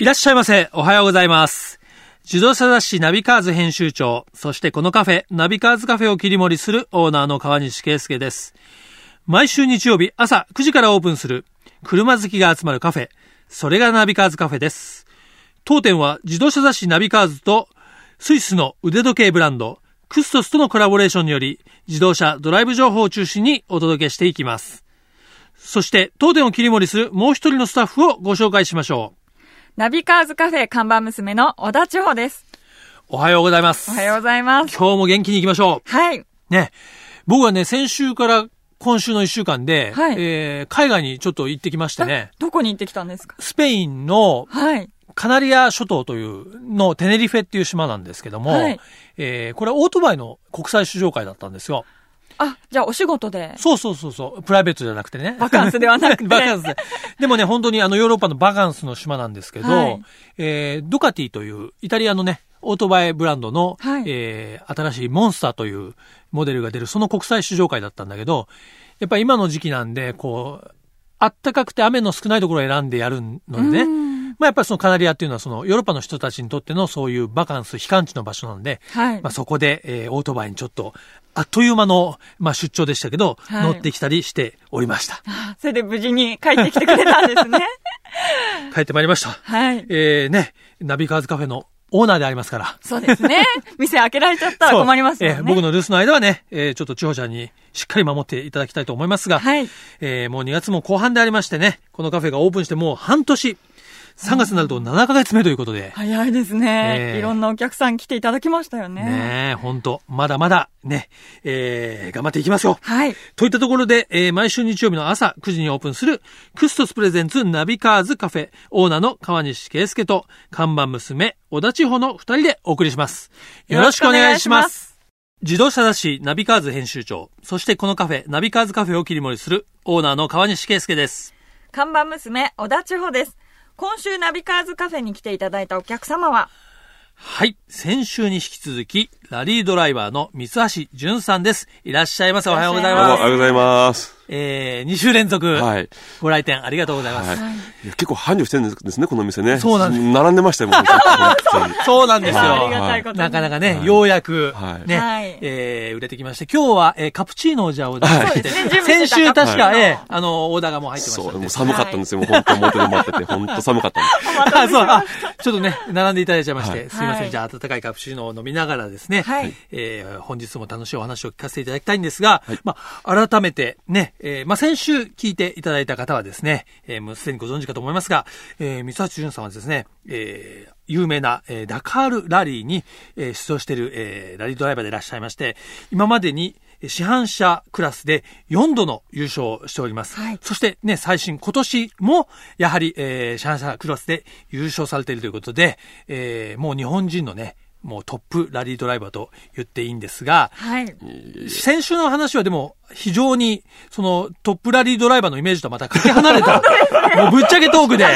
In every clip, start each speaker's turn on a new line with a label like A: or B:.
A: いらっしゃいませ。おはようございます。自動車雑誌ナビカーズ編集長、そしてこのカフェ、ナビカーズカフェを切り盛りするオーナーの川西圭介です。毎週日曜日朝9時からオープンする、車好きが集まるカフェ、それがナビカーズカフェです。当店は自動車雑誌ナビカーズと、スイスの腕時計ブランド、クストスとのコラボレーションにより、自動車、ドライブ情報を中心にお届けしていきます。そして、当店を切り盛りするもう一人のスタッフをご紹介しましょう。
B: ナビカーズカフェ看板娘の小田千穂です。
A: おはようございます。
B: おはようございます。
A: 今日も元気に行きましょ
B: はい。
A: う。ね。僕はね、先週から今週の一週間で、
B: はい
A: えー海外にちょっと行ってきましてね
B: あ、どこに行ってきたんですか
A: スペインの
B: はい。
A: カナリア諸島というの、テネリフェっていう島なんですけども、
B: はい
A: えーこれはオートバイの国際試乗会だったんですよ。
B: あ、じゃあお仕事で。
A: そうそうそうそう、プライベートじゃなくてね。
B: バカンスではなくて
A: バカンスで。でもね、本当にあのヨーロッパのバカンスの島なんですけど、
B: はい
A: えードカティというイタリアのね、オートバイブランドの、
B: はい
A: えー新しいモンスターというモデルが出る、その国際試乗会だったんだけど、やっぱ今の時期なんで、こう、あったかくて雨の少ないところを選んでやるのでね、まあやっぱりそのカナリアっていうのはそのヨーロッパの人たちにとってのそういうバカンス、非感地の場所なんで、
B: はい
A: まあ、。そこで、えーオートバイにちょっと、あっという間の、まあ、出張でしたけど、
B: はい
A: 乗ってきたりしておりました。
B: あそれで無事に帰ってきてくれた んですね。
A: 帰ってまいりました。
B: はい。
A: えー、ね、ナビカーズカフェのオーナーでありますから。
B: そうですね。店開けられちゃったら困りますよね。
A: そうえー僕の留守の間はね、えーちょっと千穂ちゃんにしっかり守っていただきたいと思いますが、
B: はい
A: えーもう2月も後半でありましてね、このカフェがオープンしてもう半年、3月になると7ヶ月目ということで、
B: 早いですね、
A: ええ
B: いろんなお客さん来ていただきましたよね。
A: ねえ、ほんと、まだまだ、ね、えー頑張っていきますよ。
B: はい。
A: といったところで、えー毎週日曜日の朝9時にオープンする、クストスプレゼンツナビカーズカフェ、オーナーの川西圭介と、看板娘、小田千穂の二人でお送りします。よろしくお願いします。自動車雑誌ナビカーズ編集長、そしてこのカフェ、ナビカーズカフェを切り盛りする、オーナーの川西圭介です。
B: 看板娘、小田千穂です。今週ナビカーズカフェに来ていただいたお客様は、
A: はい。先週に引き続き、ラリードライバーの三橋淳さんです。いらっしゃいませ。おはようござい
B: い
C: どうも
A: ま
C: お
A: す。
C: はようございます。
A: えー、2週連続、
C: はい。
A: ご来店ありがとうございます。
C: いや結構繁盛してるんですね、このお店ね。
A: そうなんです
C: 並んでました よ、もう。本当に
A: そうなんですよ。
B: ありがたいことに
A: なかなかね、ようやく、
C: はい
A: ね、
B: はい
A: えー売れてきまして、今日は、えーカプチーノをじゃあオーダーして、
B: そうですね準備
A: 先
B: して
A: 週
B: たカプ
A: 確
B: チーノ
A: か、えーあの、オーダーがもう入ってまし
C: そ
A: た
C: う、
A: ん
C: も
A: で
C: う。寒かったんですよ、もう本当、表で待ってて、本当寒かったんです。
A: あ、そう、あ、ちょっとね、並んでいただいちゃいまして、
C: はい
A: すいませ
B: は
A: ん。
B: い
A: じゃあ、温かいカプチーノを飲みながらですね、
B: はい
A: えー本日も楽しいお話を聞かせていただきたいんですが、まあ、改めてね、えーまあ、先週聞いていただいた方はですね、えーもうすでにご存知かと思いますが、えー、三橋淳さんはですね、えー有名な、えーダカールラリーに、えー出場している、えーラリードライバーでいらっしゃいまして、今までに、えー市販車クラスで4度の優勝をしております。
B: はい
A: そしてね、最新、今年も、やはり、えー、シャンシャンクロスで優勝されているということで、えー、もう日本人のね、もうトップラリードライバーと言っていいんですが、
B: はい。
A: 先週の話はでも、非常に、その、トップラリードライバーのイメージとはまたかけ離れ た、もうぶっちゃけトークで、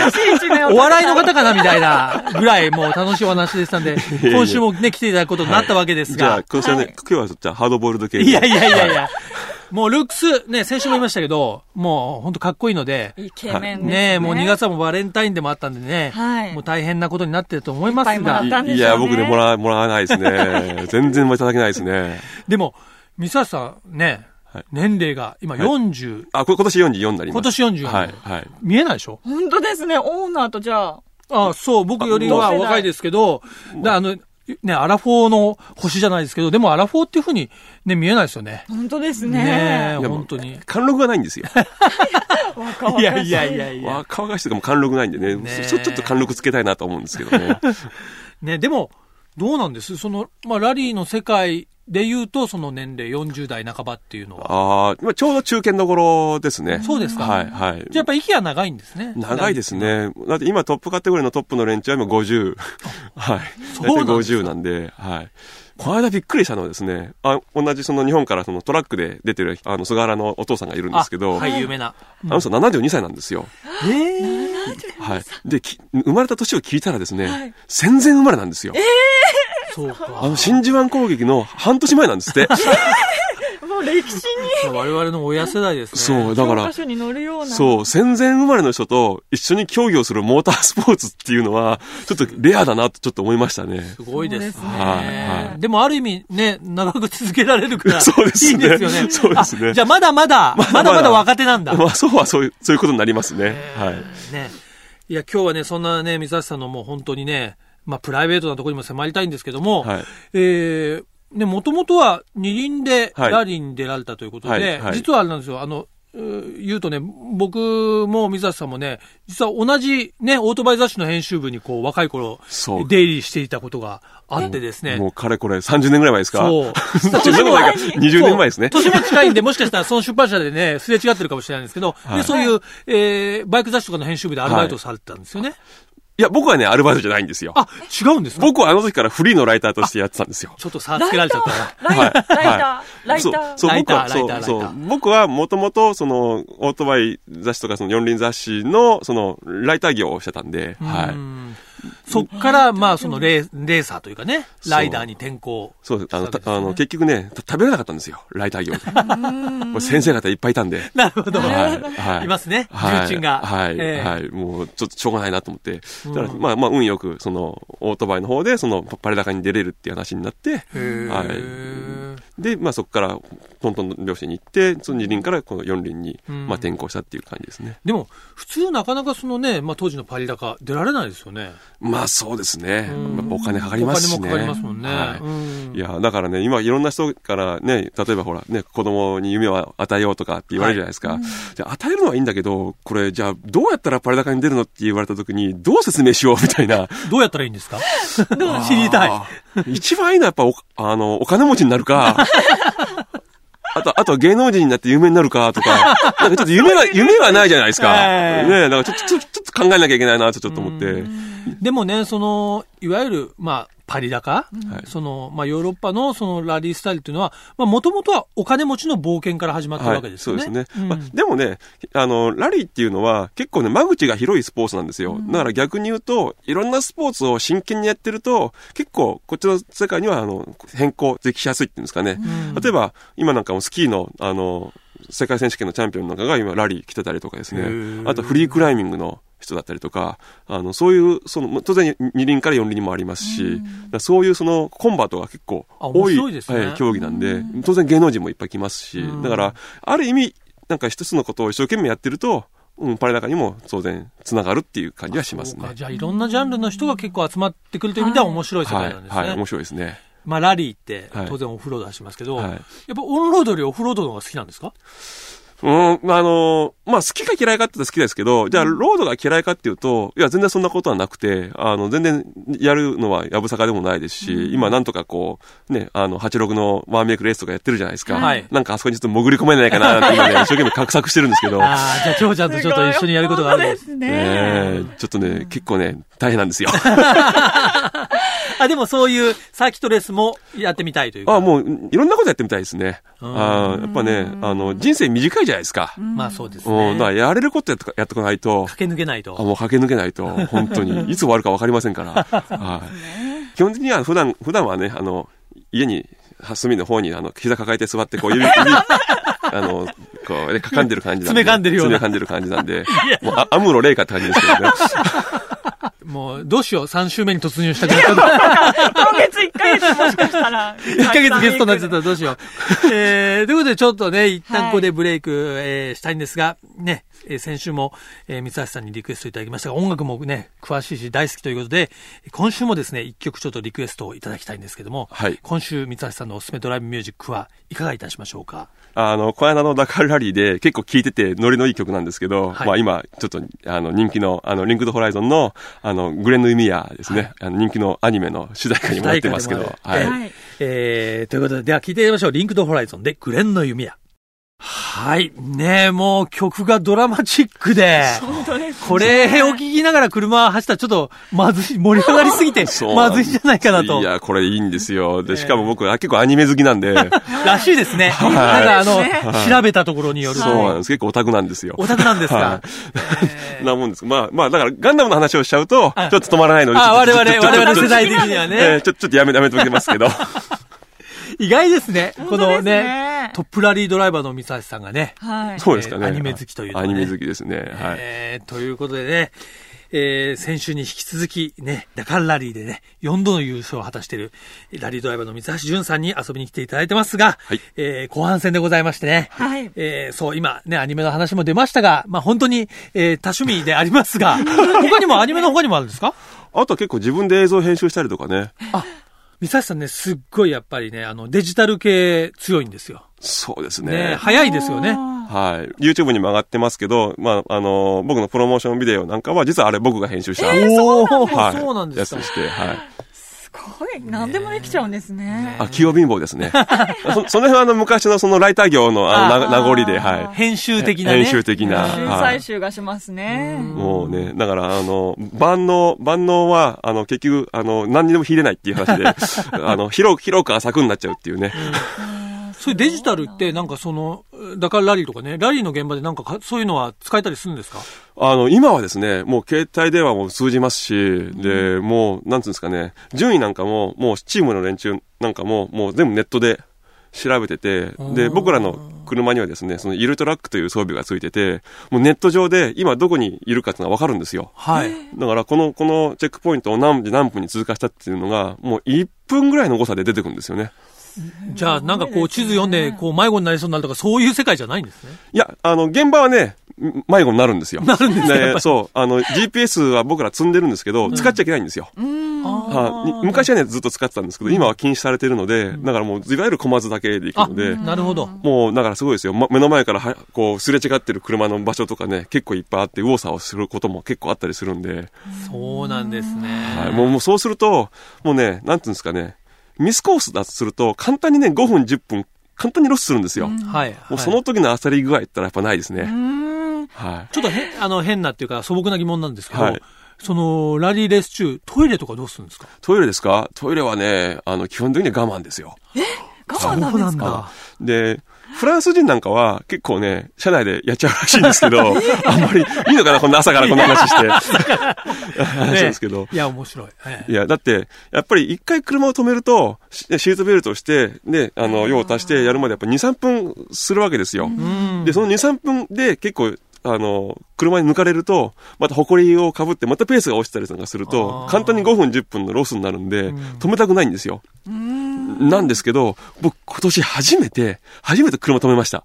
A: お笑いの方かなみたいなぐらい、もう楽しいお話でしたんで、
C: や
A: 今週もね、来ていただくことになったわけです
C: じゃあ、
A: が、
C: 今週はね、今日は、じゃあ、ハードボイルド系で。
A: いやいやいやい
C: は。
A: や、もうルックス、ね、先週も言いましたけど、もう本当かっこいいので、
B: イケメンですね。
A: ねえ、もう2月はもうバレンタインでもあったんでね、
B: はい
A: もう大変なことになってると思います
B: いっぱいもら
A: が
B: っ、たんでしょうね
C: いや、僕ね、もら、もらわないですね。全然いただけないですね。
A: でも、三橋さんね、
C: はい
A: 年齢が今40、
C: あ、こ今年44になり
A: 今
C: ます。
A: 年44、
C: はい、はい。
A: 見えないでしょ
B: 本当ですね、オーナーとじゃあ。
A: ああそう、僕よりは
B: もう
A: 若いですけど、だあの、ね、アラフォーの星じゃないですけど、でもアラフォーっていうふうにね、見えないですよね。
B: 本当です
A: ねえ、
B: ね。
C: いやもう
A: 本当に。
C: 貫禄がないんですよ。
B: 若々し
A: いやいやいやいや。
C: 若々しいとかも貫禄ないんでね
A: ね
C: そちょっと貫禄つけたいなと思うんですけどね。
A: ね、でも、どうなんですその、まあ、ラリーの世界で言うと、その年齢40代半ばっていうのは。
C: ああ、今ちょうど中堅どころですね。
A: そうですか
C: はい、はい。
A: じゃあやっぱ息は長いんですね。
C: 長いですね。だって今トップカテゴリーのトップの連中は今50。はい。
A: そう
C: 大
A: なん
C: 体
A: ですか
C: 50なんで、はい。この間びっくりしたのはですね、あ同じその日本からそのトラックで出てるあの菅原のお父さんがいるんですけど、
A: あはい、有名な。
C: あの人72歳なんですよ。
A: ええ
C: はい。で、き生まれた年を聞いたらですね、戦前生まれなんですよ。
A: そう
C: あ
A: か。
C: の真珠湾攻撃の半年前なんですって。
B: もうもう歴史に
A: 我々の親世代ですね。
C: そう、だ
B: 教
C: から
B: 科、書に載るような。
C: そう、戦前生まれの人と一緒に競技をするモータースポーツっていうのは、ちょっとレアだなとちょっと思いましたね。
A: すごいですね。
B: そうです
C: ねはい
A: でもある意味ね、長く続けられるから、
C: そうですね
A: いいですよね。
C: そうですね
A: あじゃあまだまだ、まだまだ若手なんだ。
C: まあ、そうはそういう、そういうことになりますね。はい。
A: ね。いや、今日はね、そんなね、水橋さんのもう本当にね、まあ、プライベートなところにも迫りたいんですけども、
C: はい
A: えーね、もともとは二輪で
C: はい
A: ラリーに出られたということで、
C: はいはい
A: 実はあれなんですよ、あの、うー言うとね、僕も水橋さんもね、実は同じね、オートバイ雑誌の編集部にこう、若い頃
C: そ、う
A: 出入りしていたことがあってですね。
C: もうかれこれ30年ぐらい前ですか
A: そう
C: 10年前か。20年前ですね。
A: そう年も近いんで、もしかしたらその出版社でね、すれ違ってるかもしれないんですけど、
C: は
A: で、
C: い
A: そういう、えーバイク雑誌とかの編集部でアルバイトされてたんですよね。
C: いや、僕はね、アルバイトじゃないんですよ。
A: あ、違うんですか
C: 僕はあの時からフリーのライターとしてやってたんですよ。
A: ちょっと差つけられちゃったな。
B: ライター、ライター、ライタ
C: そう
B: ー。
C: そう僕は
A: ライターライター
C: そう
A: ライ
C: そ
A: タ
C: う僕はもともとそのオートバイ雑誌とかその四輪雑誌のそのライター業をしてたんで、は
A: う
C: い。
A: んそっから、まあ、そのレー、レーサーというかね、ライダーに転向。
C: そうです。あの、
A: そうです
C: た
A: ね
C: あの、結局ね、た食べれなかったんですよ。ライター業で。もう先生方いっぱいいたんで。
A: なるほど。
C: はいはい
A: いますね、
C: はい
A: 重鎮が。
C: はい、
A: ええ
C: はい。もう、ちょっとしょうがないなと思って。だから、
A: うん
C: まあ、まあ、運よく、その、オートバイの方で、その、パレ高に出れるっていう話になって、
A: へー
C: はで、まあ、そこから、トントン両親に行って、その二輪からこの四輪に、
A: うん
C: まあ、転校したっていう感じですね。
A: でも、普通なかなかそのね、まあ当時のパリ高出られないですよね。
C: まあ、そうですね。
A: うん
C: やっぱお金かかりますし
A: お
C: ね。
A: 金もかかりますもんね。
C: はい
A: うん
C: いや、だからね、今いろんな人からね、例えばほら、ね、子供に夢を与えようとかって言われるじゃないですか。じゃあ与えるのはいいんだけど、これ、じゃあどうやったらパレ高に出るのって言われた時に、どう説明しようみたいな。
A: どうやったらいいんですか 知りたい。
C: い。一番いいのはやっぱお、あの、お金持ちになるか、あと、あとは芸能人になって有名になるかとか、なんかちょっと夢が、夢がないじゃないですか。
A: ええ
C: ねえ、だからちょっと、ちょっとちょっと考えなきゃいけないなとちょっと思って。
A: でもね、その、いわゆる、まあ、パリ高、
C: はい
A: その、まあ、ヨーロッパのそのラリースタイルというのは、まあ、もともとはお金持ちの冒険から始まってるわけですよね。
C: そうですね。
A: ん
C: まあ、でもね、あの、ラリーっていうのは結構ね、間口が広いスポーツなんですよ。だから逆に言うと、いろんなスポーツを真剣にやってると、結構こっちの世界には、あの、変更できやすいっていうんですかね。例えば、今なんかもスキーの、あの、世界選手権のチャンピオンなんかが今ラリー来てたりとかです
A: へ
C: ね。
A: ー
C: あとフリークライミングの人だったりとか、あの、そういう、その、当然二輪から四輪もありますし、だからそういうそのコンバートが結構
A: あ
C: 多
A: 面
C: い
A: 白いですね
C: ええ競技なんで、当然芸能人もいっぱい来ますし、
A: うん
C: だから、ある意味、なんか一つのことを一生懸命やってると、うん、パレ中にも当然つながるっていう感じはします
A: そうか
C: ね。
A: じゃあ、いろんなジャンルの人が結構集まってくるという意味では面白い世
C: は
A: 界
C: い
A: なんですね。
C: はい、面白いですね。
A: まあ、ラリーって
C: はい
A: 当然オフロードはしますけど、
C: はい
A: やっぱオンロードよりオフロードの方が好きなんですか
C: うん、まああの、まあ、好きか嫌いかって言ったら好きですけど、じゃあ、ロードが嫌いかっていうと、いや、全然そんなことはなくて、あの、全然やるのはやぶさかでもないですし、今、なんとかこう、ね、あの、86のワンメイクレースとかやってるじゃないですか。
A: はい
C: なんか、あそこにちょっと潜り込めないかな、って今ね、一生懸命画策してるんですけ ど。
A: ああ、じゃあ、きょうちゃんとちょっと一緒にやることがあるん
B: 本
A: で。
B: 当ですすね。
C: ええちょっとね、結構ね、大変なんですよ。
A: あ、でもそういうサーキットレースもやってみたいというか。
C: あもう、いろんなことやってみたいですね。
A: うん
C: あーやっぱね、あの、人生短いじゃないですか。
A: まあそうです
C: うん、
A: ね。
C: だからやれることやっとかやっとかないと、
A: 駆け抜けないと。
C: あもう駆け抜けないと、本当 に、いつ終わるか分かりませんから。はい、基本的には普段、普段はね、あの、家に、隅の方に、あの、膝抱えて座って、こう、指、指、 あの、こう、ね、かかんでる感じなんで。
A: 詰め込んでるような
C: 詰め込んでる感じな んで、もう、あアムロレイカって感じですけどね。
A: もう、どうしよう、3週目に突入したくなった。
B: 今月1ヶ月もしかしたら。
A: 1ヶ月ゲストになっちゃった
B: た。
A: らどうしよう。えー、ということでちょっとね、一旦
B: はい
A: ここでブレイク、えーしたいんですが、ね、えー先週も、えー、三橋さんにリクエストいただきましたが、音楽もね、詳しいし大好きということで、今週もですね、一曲ちょっとリクエストをいただきたいんですけども、
C: はい
A: 今週三橋さんのおすすめドライブミュージックはいかがいたしましょうか
C: あの、この間のダカールラリーで結構聴いててノリのいい曲なんですけど、
A: はい
C: まあ今、ちょっと、あの、人気の、あの、リンクドホライゾンの、あの、グレン・ヌイミアですね、あの人気のアニメの主題歌にもなってますけど、
A: はい
B: はい
A: えーということで、では聞いてみましょう。リンクドホライゾンでグレンの弓矢。はい。ねえ、もう曲がドラマチックで。
B: 本当ですね
A: これを聞きながら車走ったらちょっとまずい、盛り上がりすぎて
C: そう、な
A: ま
C: ん
A: ずい
C: で
A: ん
C: す
A: じゃないかなと
C: い。や、これいいんですよ。で、しかも僕、あ結構アニメ好 きなんで、
A: らしいですね。
C: い
A: ただ、あの、
C: はい
A: 調べたところによる
C: そうなん
A: と、
C: です。結構オタクなんですよ。
A: オタクなんですか
C: は。い。なもんです。まあ、まあ、だから、ガンダムの話をしちゃうと、ちょっと止まらないので、
A: あ、我
C: ちょ
A: 々、
C: っと
A: 我々世代的には
C: えー
A: ね、
C: ちょっと、ちょっとやめ、やめときますけど。
A: 意外ですね。こ
B: 本当
A: の
B: です
A: ね、
B: ね。ね
A: トップラリードライバーの三橋さんがね、
B: はい。
C: そうですかね。
A: えーアニメ好きというのは
C: ア
A: ね
C: ニメ好きですね。はい。
A: えーということでね、えー先週に引き続きね、ダカンラリーでね、4度の優勝を果たしている、ラリードライバーの三橋淳さんに遊びに来ていただいてますが、
C: はい
A: えー後半戦でございましてね、
B: はい
A: えーそう、今ね、アニメの話も出ましたが、まあ本当に、えー多趣味であります が、他にも、アニメの他にもあるんですか
C: あとは結構自分で映像編集したりとかね。
A: あ、三橋さんね、すっごいやっぱりね、あの、デジタル系強いんですよ。
C: そうです
A: ね、
C: ね。
A: 早いですよね。
C: はい。YouTube にも上がってますけど、まあ、あの、僕のプロモーションビデオなんかは、実はあれ僕が編集した。
A: おおー、
C: はい。
A: そうなんですか
C: やつ。して、はい。
B: すごい。何でもできちゃうんですね。
C: あ、器用貧乏ですね。そ その辺はあの昔のそのライター業のあのな名残で、は
A: 編集的
C: い。
A: なね。
C: 編集的な。
B: 集
C: は
B: 採
C: い。
B: 集がしますね。
C: もうね、だから、あの、万能、万能は、あの、結局、あの、何にでも秀でないっていう話で、 あの、広く、広く浅くになっちゃうっていうね。
A: そういうデジタルって、なんかその、だからラリーとかね、ラリーの現場でなんかかそういうのは使えたりするんですか
C: あの、今はですね、もう携帯電話も通じますし、で、もう、なんつうんですかね、順位なんかも、もうチームの連中なんかも、もう全部ネットで調べてて
A: う、ん
C: で、僕らの車にはですね、そのイルトラックという装備がついてて、もうネット上で今どこにいるかっていうのがわかるんですよ。
A: はい。
C: だから、この、このチェックポイントを何時何分に通過したっていうのが、もう1分ぐらいの誤差で出てくるんですよね。
A: じゃあ、なんかこう、地図読んで、こう、迷子になりそうになるとか、そういう世界じゃないんですね。
C: いや、あの、現場はね、迷子になるんですよ。
A: なるんですかやっぱり
C: そう。あの、GPS は僕ら積んでるんですけど、使っちゃいけないんですよ。
A: あ
C: はい、昔はね、ずっと使ってたんですけど、今は禁止されてるので、だからもう、いわゆる小松だけで
A: ー
C: 行
A: あ
C: くので、
A: なるほど。
C: もう、だからすごいですよ。ま目の前からは、こう、すれ違ってる車の場所とかね、結構いっぱいあって、右往左往することも結構あったりするんで、
A: そうなんですね。
C: はい、もう、もうそうすると、もうね、なんていうんですかね、ミスコースだとすると、簡単にね、5分、10分、簡単にロスするんですよ。も
A: はい。は
C: う
A: い
C: その時の焦り具合って言ったらやっぱないですね。
B: うん。
C: はい。
A: ちょっとへん、あの、変なっていうか、素朴な疑問なんですけど、
C: はい
A: その、ラリーレース中、トイレとかどうするん ですか
C: トイレですかトイレはね、あの、基本的には我慢ですよ。
B: 我慢なんですか
A: か
C: で、フランス人なんかは結構ね、社内でやっちゃうらしいんです けど、あんまりいいのかな、こんな朝からこんな話して。 話ですけど。
A: いや、面白い。ええ
C: いや、だって、やっぱり一回車を止めると、シシートベルトをして、で、あの、用を足してやるまでやっぱ2、3分するわけですよ。
A: うん
C: で、その2、3分で結構、あの、車に抜かれると、また埃をかぶって、またペースが落ちたりなんかする
A: あ
C: と
A: ー、
C: 簡単に5分、10分のロスになるんで、
A: ん
C: 止めたくないんですよ。なんですけど、僕今年初めて、初めて車止めました。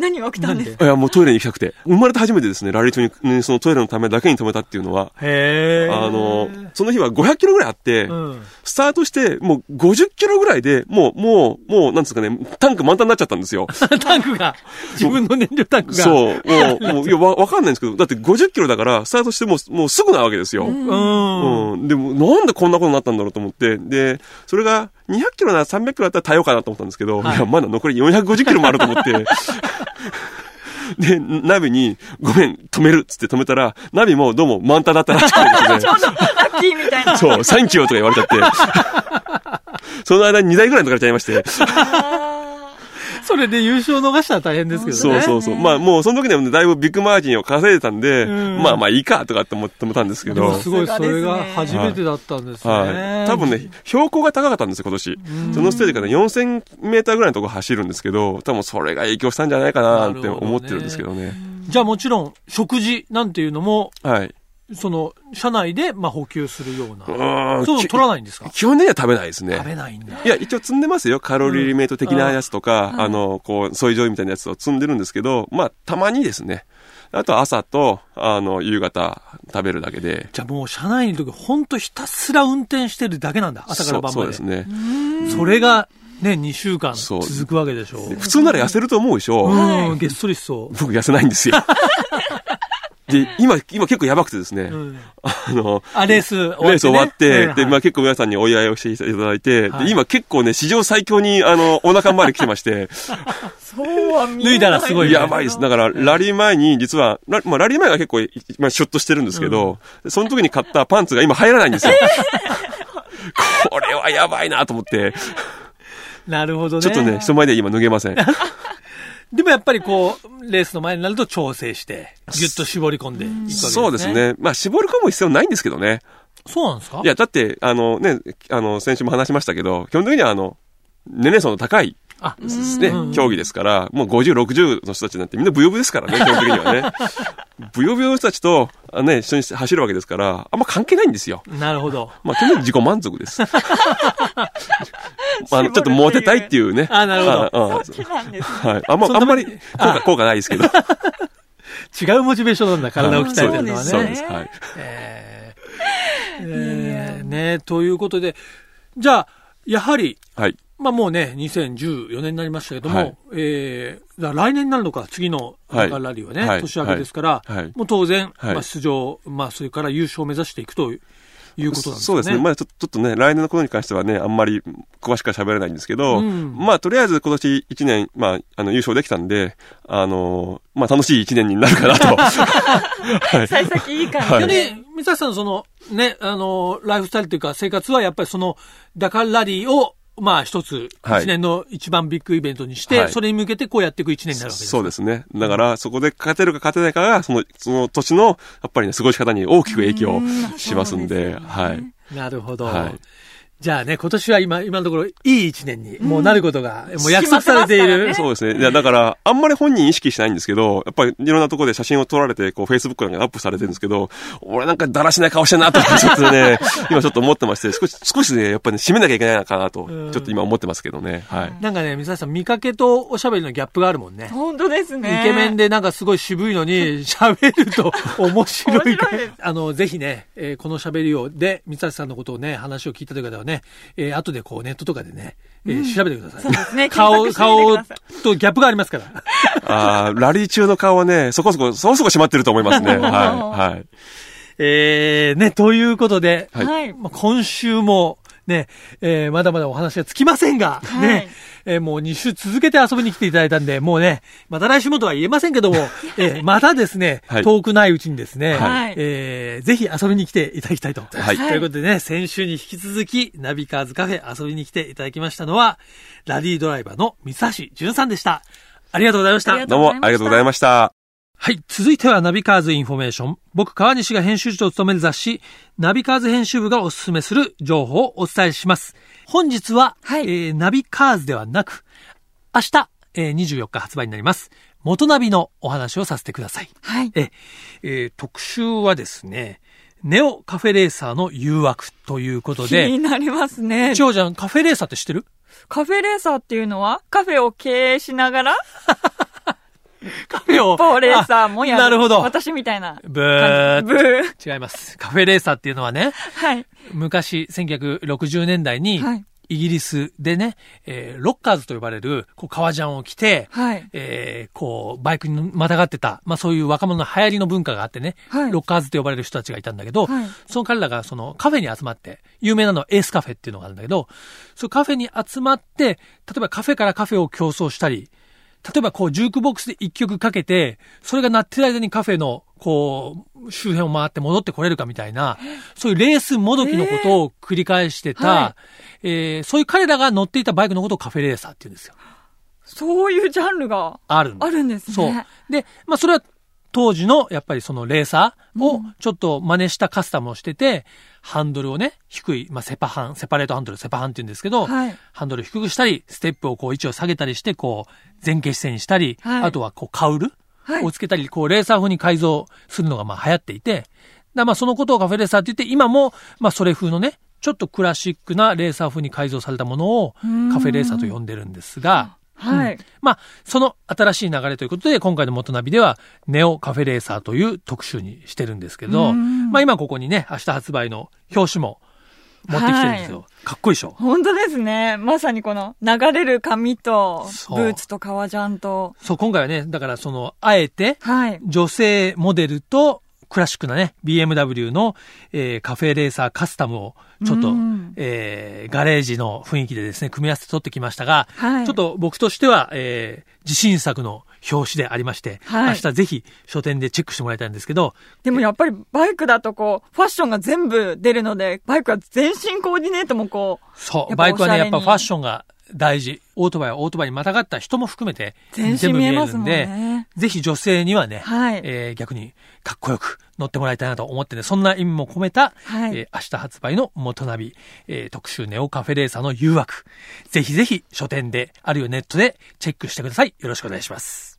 B: 何が起きたんです
A: なん
B: か
C: いや、もうトイレに行きたくて。生まれて初めてですね、ラリー中に、ねそのトイレのためだけに止めたっていうのは、
A: へえ。
C: あの、その日は500キロぐらいあって、
A: うん。
C: スタートして、もう50キロぐらいで、もう、もう、もう、なんですかね、タンク満タンになっちゃったんですよ。
A: タンクが、自分の燃料タンクが。う。
C: そう、もう、もう、いや、わ、わかんないんですけど、だって50キロだから、スタートしてもう、もうすぐなわけですよ。
A: うん。
C: うん。でも、なんでこんなことになったんだろうと思って、で、それが、200キロなら300キロだったら耐えようかなと思ったんですけど、
A: はい
C: い、や、まだ残り450キロもあると思 って、で、ナビに、ごめん、止めるっつって止めたら、ナビもどうも満タンだったらしく てですね
B: ラッキーみたいな。
C: そう、3キロとか言われちゃって、 その間に2台ぐらい抜かれちゃいまして、
B: あ
A: それで優勝逃したら大変ですけどね。
C: そうそうそう。まあもうその時にはねだいぶビッグマージンを稼いでたんで、
A: うん
C: まあまあいいかとかって思って止めたんですけ
A: で
C: ど
A: も。すごい、
B: さ
A: そ
B: すがですね
A: れが初めてだったんですね。
C: はい。多分ね、標高が高かったんですよ、今年。そのステージからね4000メーターぐらいのところ走るんですけど、多分それが影響したんじゃないかなって思ってるんですけどね。
A: じゃあもちろん、食事なんていうのも、
C: はい。
A: その、社内で、まあ、補給するような。
C: う
A: そう
C: ーん
A: いうの取らないんですか
C: き基本的には食べないですね。
A: 食べないんだ。
C: いや、一応積んでますよ。カロリーメイト的なやつとか、
B: ん
C: あの、こう、ソイジョイみたいなやつを積んでるんですけど、まあ、たまにですね。あと朝と、あの、夕方食べるだけで。
A: じゃあもう、社内の時、ほんとひたすら運転してるだけなんだ。朝から晩
C: そう
A: ま
C: そうで
A: で。
C: す
A: そ
C: ね。
A: れが、ね、2週間
C: そう
A: 続くわけでしょう。
C: 普通なら痩せると思うでしょ。
A: うん、げっそりしそう。
C: 僕痩せない んですよ。で、今、今結構やばくてですね、
A: うん
C: あの、
A: あ、レース終わって、ね。
C: レース終わって、
A: うん
C: で、
A: はい
C: まあ結構皆さんにお祝いをしていただいて、
A: はい
C: で、今結構ね、史上最強に、あの、お腹まで来てまし
B: ー
C: て、
B: そうは 見えな
A: 脱いだらすごいね
C: やばいです。だから、ラリー前に、実は、ラまあ、ラリー前は結構、いまあ、ショッとしてるんですけど、その時に買ったパンツが今入らないんです よ。これはやばいなと思って、
A: なるほどね。
C: ちょっとね、人前では今脱げ ません。
A: でもやっぱりこう、レースの前になると調整して、ぎゅっと絞り込んでいくわけですね。
C: そうです。ね。まあ、絞り込む必要ないんですけどね。
A: そうなんですか
C: いや、だって、あのね、あの、先週も話しましたけど、基本的にはあの、年齢層の高い
A: あ、
C: ね
A: うん、
C: 競技ですから、もう50、60の人たちなんてみんなブヨブヨですからね、基本的にはね。 ブヨブヨの人たちと、あね、一緒に走るわけですから、あんま関係ないんですよ。
A: なるほど。
C: まあ、基本的に自己満 足です。まああの、ちょっとモテたいっていうね。
A: あなるほど
C: ど。う
B: 好
C: ん
B: きなんですね。
C: はい。あんま、
A: そんな
C: あんまり効果、効果ないですけど。
A: 違うモチベーションなんだ、 体を鍛えてるのはね。
C: そうです。そうですはい。
A: えーえーね、ということで、じゃあ、やはり、
C: はい。
A: まあもうね、2014年になりましたけども、
C: はい
A: えーだから来年になるのか、次の
C: は
A: ダ
C: い
A: カールラリーはね、
C: はい
A: 年明けですから、
C: はいはい
A: もう当然、
C: はい
A: まあ、出場、まあそれから優勝を目指していくといういうことなんですね。
C: そうですね。まだちょちょっとね、来年のことに関してはね、あんまり詳しくは喋れないんですけど、
A: うん
C: まあ、とりあえず今年1年、まあ、あの、優勝できたんで、あのーまあ、楽しい1年にな るかなと。
B: 幸先いい感
C: は
A: 逆
B: じ
C: い
B: で。
A: に、三橋さんのその、ね、あの、ライフスタイルというか生活はやっぱりその、ダカールラリーを、まあ一つ、
C: はい
A: 一年の一番ビッグイベントにして、
C: はい
A: それに向けてこうやっていく一年になるわけですね。
C: そうですね。だから、そこで勝てるか勝てないかが、その、その年の、やっぱりね、過ごし方に大きく影響しますんで、
B: うん
C: はい。
A: なるほど。
C: はい
A: じゃあね、今年は今、今のところいい一年に、もうなることが、もう約束
B: 決ま
A: され
B: ってますから
A: て
B: ね
A: いる。
C: そうですね。いや、だから、あんまり本人意識しないんですけど、やっぱりいろんなところで写真を撮られて、こう、Facebook なんかにアップされてるんですけど、俺なんかだらしない顔してんなと、ちょっ とね、今ちょっと思ってまして、少し、少しね、やっぱり、ね、締めなきゃいけないのかなと、
A: うん
C: ちょっと今思ってますけどね。はい。
A: なんかね、水橋さん、見かけとおしゃべりのギャップがあるもんね。
B: 本当ですね。
A: イケメンでなんかすごい渋いのに、喋る と面白い
B: 面白いです
A: あの、ぜひね、えーこの喋りを、で、三橋さんのことをね、話を聞いたという方はね、えー後でこうネットとかでね、えー調べてください。
B: そうですね
A: 顔、
B: 検索してみ
A: 顔
B: てくだ
A: とギャップがあります から。
C: あーラリー中の顔はね、そこそこ、そこそこ締まってると思 いますね。はい。はい。
A: えー、ね、ということで、
C: はい
B: はい。
A: まあ今週も、ね、えーまだまだお話がつきませんが、
B: はい
A: ね、えーもう2週続けて遊びに来ていただいたんで、もうね、また来週もとは言えませんけ ども、えーまたですね、
C: はい
A: 遠くないうちにですね、
B: はい
A: えーぜひ遊びに来ていただきたいと。
C: はい
A: ということでね、先週に引き続き、ナビカーズカフェ遊びに来ていただきましたのは、ラリードライバーの三橋淳さんでした。ありがとうございました
B: ありがとうございました。
C: どうも、ありがとうございました。
A: はい。続いてはナビカーズインフォメーション。僕、川西が編集長を務める雑誌、ナビカーズ編集部がおすすめする情報をお伝えします。本日は、
B: はい
A: えーナビカーズではなく、明日、えー24日発売になります。元ナビのお話をさせてください。
B: はい。
A: え、えー特集はですね、ネオカフェレーサーの誘惑ということ
B: 気
A: で、
B: になりますね。
A: 千穂ちゃん、カフェレーサーって知ってる
B: カフェレーサーっていうのは、カフェを経営しながら、
A: カフェを。
B: ポーレーサーもやる。
A: あなるほど。
B: 私みたいな。
A: ブー
B: ブー。
A: 違います。カフェレーサーっていうのはね、
B: はい。
A: 昔、1960年代に、
B: はい
A: イギリスでね、えーロッカーズと呼ばれる、こう、革ジャンを着て、
B: はい。
A: えーこう、バイクにまたがってた、まあそういう若者の流行りの文化があってね、
B: はい
A: ロッカーズと呼ばれる人たちがいたんだけど、
B: はい
A: その彼らがそのカフェに集まって、有名なのはエースカフェっていうのがあるんだけど、そのカフェに集まって、例えばカフェからカフェを競争したり、例えばこう、ジュークボックスで一曲かけて、それが鳴ってる間にカフェの、こう、周辺を回って戻ってこれるかみたいな、そういうレースもどきのことを繰り返してた、えーそういう彼らが乗っていたバイクのことをカフェレーサーって言うんですよ。
B: そういうジャンルが
A: あるんです
B: あるんですね。
A: そう。で、まあ、それは当時の、やっぱりそのレーサーをちょっと真似したカスタムをしてて、ハンドルをね、低い、まあ、セパハン、セパレートハンドル、セパハンって言うんですけど、
B: はい
A: ハンドルを低くしたり、ステップをこう位置を下げたりして、こう、前傾姿勢にしたり、
B: はい
A: あとはこう、カウル
B: はい
A: をつけたり、こう、レーサー風に改造するのがまあ流行っていて、だまあそのことをカフェレーサーって言って、今も、まあそれ風のね、ちょっとクラシックなレーサー風に改造されたものを
B: ん
A: カフェレーサーと呼んでるんですが、
B: はい。
A: まあ、その新しい流れということで、今回の元ナビでは、ネオカフェレーサーという特集にしてるんですけど、
B: うん
A: まあ今ここにね、明日発売の表紙も持ってきてるんですよ。かっこいいでしょ
B: 本当ですね。まさにこの流れる髪と、
A: そ
B: ブ
A: う
B: ーツと革ジャンと。
A: そう、今回はね、だからその、あえて、
B: はい。
A: 女性モデルと、クラシックなね、BMW の、えーカフェレーサーカスタムを、ちょっと
B: うん、
A: えーガレージの雰囲気でですね、組み合わせて撮ってきましたが、
B: はい
A: ちょっと僕としては、えー自信作の表紙でありまして、
B: はい
A: 明日ぜひ書店でチェックしてもらいたいんですけど、
B: でもやっぱりバイクだとこう、ファッションが全部出るので、バイクは全身コーディネートもこう、
A: そ
B: や
A: う、
B: っぱ
A: バイクはね、
B: おしゃ
A: や
B: れ
A: っ
B: に
A: ぱファッションが大事。オートバイはオートバイにまたがった人も含めて、
B: 全身
A: 全部
B: 見
A: 見え
B: えま
A: る
B: すも
A: ん
B: ん
A: で、
B: ね。
A: ぜひ女性にはね、
B: はい
A: えー逆にかっこよく乗ってもらいたいなと思ってね、そんな意味も込めた、
B: はい
A: えー明日発売の元ナビ、えー特集ネオカフェレーサーの誘惑。ぜひぜひ書店で、あるいはネットでチェックしてください。よろしくお願いします。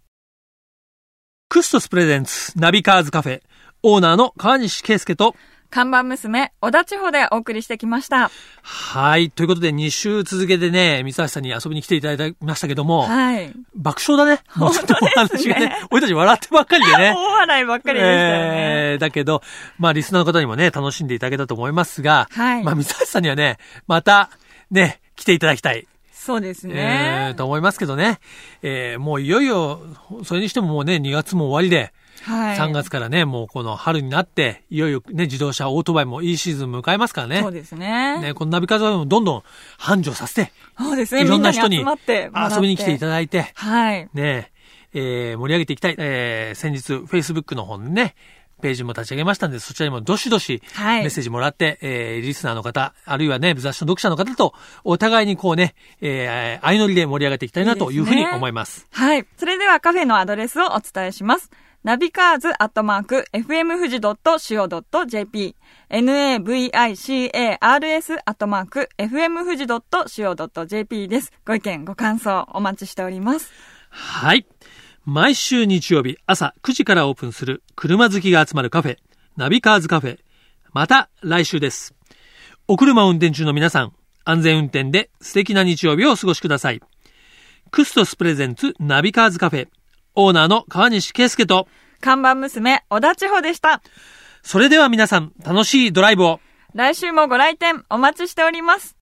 A: クストスプレゼンツナビカーズカフェ、オーナーの川西圭介と、
B: 看板娘、小田地方でお送りしてきました。
A: はい。ということで、2週続けてね、三橋さんに遊びに来ていただきましたけども、
B: はい。
A: 爆笑だね。もうちょっとお話がね、
B: 本
A: 俺た
B: 当ですね
A: ち笑ってばっかりでね。
B: 大笑いばっかりでしたよね。
A: えーだけど、まあ、リスナーの方にもね、楽しんでいただけたと思いますが、
B: はい
A: まあ、三橋さんにはね、また、ね、来ていただきたい、
B: そうです
A: え
B: ね
A: ー。と思いますけどね。えーもういよいよ、それにしてももうね、2月も終わりで、
B: はい。
A: 3月からね、もうこの春になって、いよいよね、自動車、オートバイもいいシーズン迎えますからね。
B: そうですね。
A: ね、このナビカズもどんどん繁盛させて、
B: そうですね。
A: いろんな人に
B: みんなに集まってもらって
A: 遊びに来ていただいて、
B: はい。
A: ねえ、えー盛り上げていきたい。えー先日、Facebook の方にね、ページも立ち上げましたんで、そちらにもどしどし、
B: はい
A: メッセージもらって、えーリスナーの方、あるいはね、雑誌の読者の方と、お互いにこうね、えー相乗りで盛り上げていきたいなというふう
B: いい
A: に
B: ですね
A: 思います。
B: はい。それではカフェのアドレスをお伝えします。ナビカーズアットマーク、fmfuji.co.jp、navicars アットマーク、fmfuji.co.jp です。ご意見、ご感想、お待ちしております。
A: はい。毎週日曜日朝9時からオープンする車好きが集まるカフェ、ナビカーズカフェ。また来週です。お車を運転中の皆さん、安全運転で素敵な日曜日をお過ごしください。クストスプレゼンツナビカーズカフェ、オーナーの川西圭介と、
B: 看板娘、小田千穂でした。
A: それでは皆さん、楽しいドライブを。
B: 来週もご来店お待ちしております。